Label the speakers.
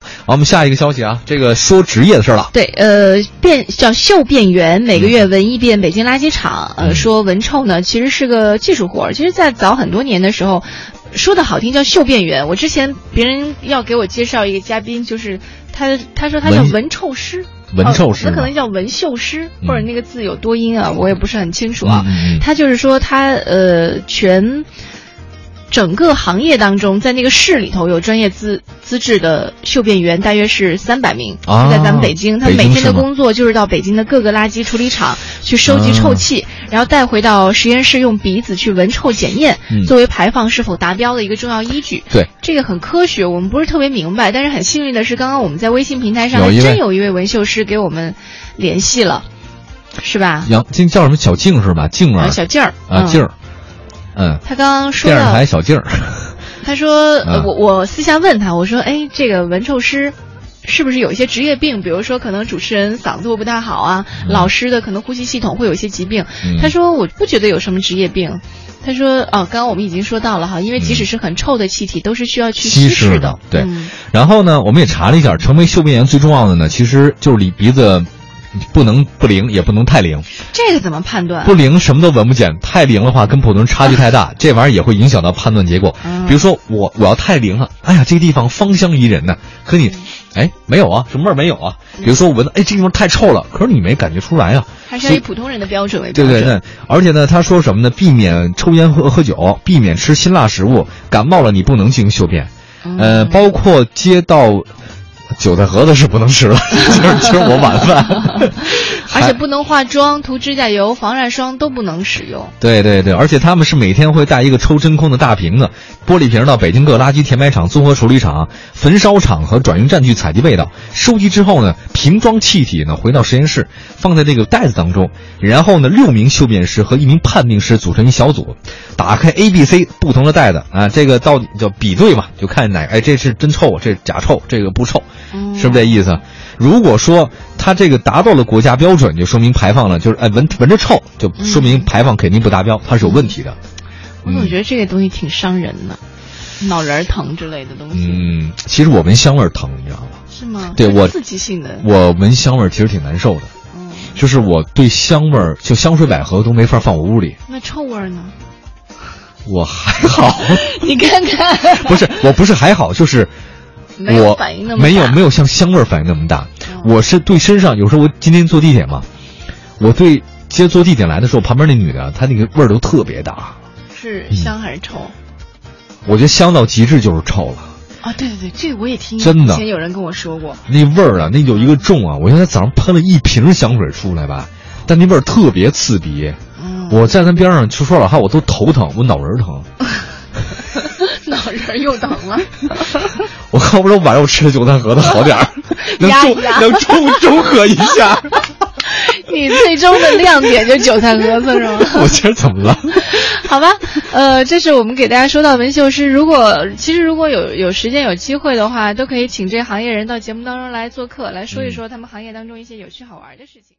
Speaker 1: 好，我们下一个消息啊，这个说职业的事儿了。
Speaker 2: 对，呃，变叫秀变圆，每个月闻一遍北京垃圾场。
Speaker 1: 嗯
Speaker 2: 呃，说闻臭呢，其实是个技术活儿。其实，在早很多年的时候，说的好听叫嗅变员。我之前别人要给我介绍一个嘉宾，就是他，他说他叫
Speaker 1: 闻
Speaker 2: 闻臭师。
Speaker 1: 闻臭师
Speaker 2: 哦，那可
Speaker 1: 吗
Speaker 2: 能叫闻嗅师，
Speaker 1: 嗯
Speaker 2: 或者那个字有多音啊，我也不是很清楚啊。
Speaker 1: 嗯嗯嗯
Speaker 2: 他就是说他呃全。整个行业当中，在那个市里头有专业资资质的嗅辨员，大约是三百名，
Speaker 1: 啊
Speaker 2: 就在咱们北京。他们
Speaker 1: 北京
Speaker 2: 每天的
Speaker 1: 是吗
Speaker 2: 工作就是到北京的各个垃圾处理厂去收集臭
Speaker 1: 啊
Speaker 2: 气，然后带回到实验室用鼻子去闻臭检验，
Speaker 1: 嗯
Speaker 2: 作为排放是否达标的一个重要依据。
Speaker 1: 对，
Speaker 2: 这个很科学，我们不是特别明白，但是很幸运的是，刚刚我们在微信平台上
Speaker 1: 有
Speaker 2: 还
Speaker 1: 一位
Speaker 2: 真有一位纹绣师给我们联系了，是吧？
Speaker 1: 杨静叫什么小静是吧？静儿
Speaker 2: 啊，小静儿
Speaker 1: 啊，静
Speaker 2: 儿，
Speaker 1: 儿，嗯，
Speaker 2: 他刚刚说
Speaker 1: 电视
Speaker 2: 到
Speaker 1: 台，小静儿，
Speaker 2: 他说、呃
Speaker 1: 嗯
Speaker 2: 我我私下问他，我说，哎，这个纹绣师。是不是有一些职业病？比如说，可能主持人嗓子会不太好啊，
Speaker 1: 嗯
Speaker 2: 老师的可能呼吸系统会有一些疾病。
Speaker 1: 嗯
Speaker 2: 他说我不觉得有什么职业病。他说哦，刚刚我们已经说到了哈，因为即使是很臭的气体，都是需要去
Speaker 1: 稀
Speaker 2: 释
Speaker 1: 释
Speaker 2: 的
Speaker 1: 的。，对
Speaker 2: 嗯。
Speaker 1: 然后呢，我们也查了一下，成为嗅鼻炎最重要的呢，其实就是你鼻子不能不灵，也不能太灵。
Speaker 2: 这个怎么判断？
Speaker 1: 不灵什么都闻不见，太灵的话跟普通人差距太大，这玩意儿也会影响到判断结果。
Speaker 2: 嗯
Speaker 1: 比如说我我要太灵了，哎呀这个地方芳香宜人呢、可你，哎没有啊，什么味儿没有啊？比如说我闻到，哎这地方太臭了，可是你没感觉出来啊。
Speaker 2: 还是要以普通人的标准为
Speaker 1: 对
Speaker 2: 标准。
Speaker 1: 对对，而且呢，他说什么呢？避免抽烟和喝酒，避免吃辛辣食物。感冒了你不能进行嗅辨，
Speaker 2: 嗯
Speaker 1: 呃，包括街道韭菜盒子是不能吃了， 就是就是我晚饭。
Speaker 2: 而且不能化妆、涂指甲油、防晒霜都不能使用。
Speaker 1: 对对对，而且他们是每天会带一个抽真空的大瓶子、玻璃瓶到北京各垃圾填埋场、综合处理厂、焚烧厂和转运站去采集味道，收集之后呢，瓶装气体呢回到实验室，放在这个袋子当中，然后呢，六名嗅辨师和一名判定师组成一小组，打开 A、B、C 不同的袋子啊，这个到底叫比对嘛，就看哪个哎这是真臭，这是假臭，这个不臭，
Speaker 2: 嗯
Speaker 1: 是不是这意思？如果说它这个达到了国家标准，就说明排放了，就是哎闻闻着臭，就说明嗯排放肯定不达标，它是有问题的。
Speaker 2: 我
Speaker 1: 嗯
Speaker 2: 总觉得这个东西挺伤人的，脑仁儿疼之类的东西，
Speaker 1: 嗯，其实我闻香味儿疼，你知道吗？
Speaker 2: 是吗？
Speaker 1: 对
Speaker 2: 哦是
Speaker 1: 我
Speaker 2: 刺激性的。
Speaker 1: 我闻香味儿其实挺难受的，
Speaker 2: 嗯，
Speaker 1: 就是我对香味儿，就香水百合都没法放我屋里。
Speaker 2: 那臭味儿呢？
Speaker 1: 我还好，
Speaker 2: 你看看，
Speaker 1: 不是，我不是还好，就是
Speaker 2: 没有
Speaker 1: 我
Speaker 2: 反应那么
Speaker 1: 没有
Speaker 2: 大
Speaker 1: 没有像香味儿反应那么大。
Speaker 2: 哦
Speaker 1: 我是对身上，有时候我今天坐地铁嘛，我对接坐地铁来的时候，旁边那女的她那个味儿都特别大，
Speaker 2: 是香还是臭？
Speaker 1: 嗯我觉得香到极致就是臭了。
Speaker 2: 啊，对对对，这个我也听，
Speaker 1: 真的
Speaker 2: 以前有人跟我说过，
Speaker 1: 那味儿啊，那有一个重啊！我现在早上喷了一瓶香水出来吧，但那味儿特别刺鼻。
Speaker 2: 嗯，
Speaker 1: 我站他边上，就说老汉，我都头疼，我脑仁儿疼。
Speaker 2: 脑仁儿又疼了。
Speaker 1: 我靠，不知道晚上我吃的韭菜盒子好点儿，能
Speaker 2: 压一
Speaker 1: 中
Speaker 2: 压
Speaker 1: 能中中和一下。
Speaker 2: 你最终的亮点就是韭菜盒子是吗？
Speaker 1: 我今儿怎么了？
Speaker 2: 好吧，呃，这是我们给大家说到纹绣师。如果其实如果有有时间有机会的话，都可以请这行业人到节目当中来做客，来说一说他们行业当中一些有趣好玩的事情。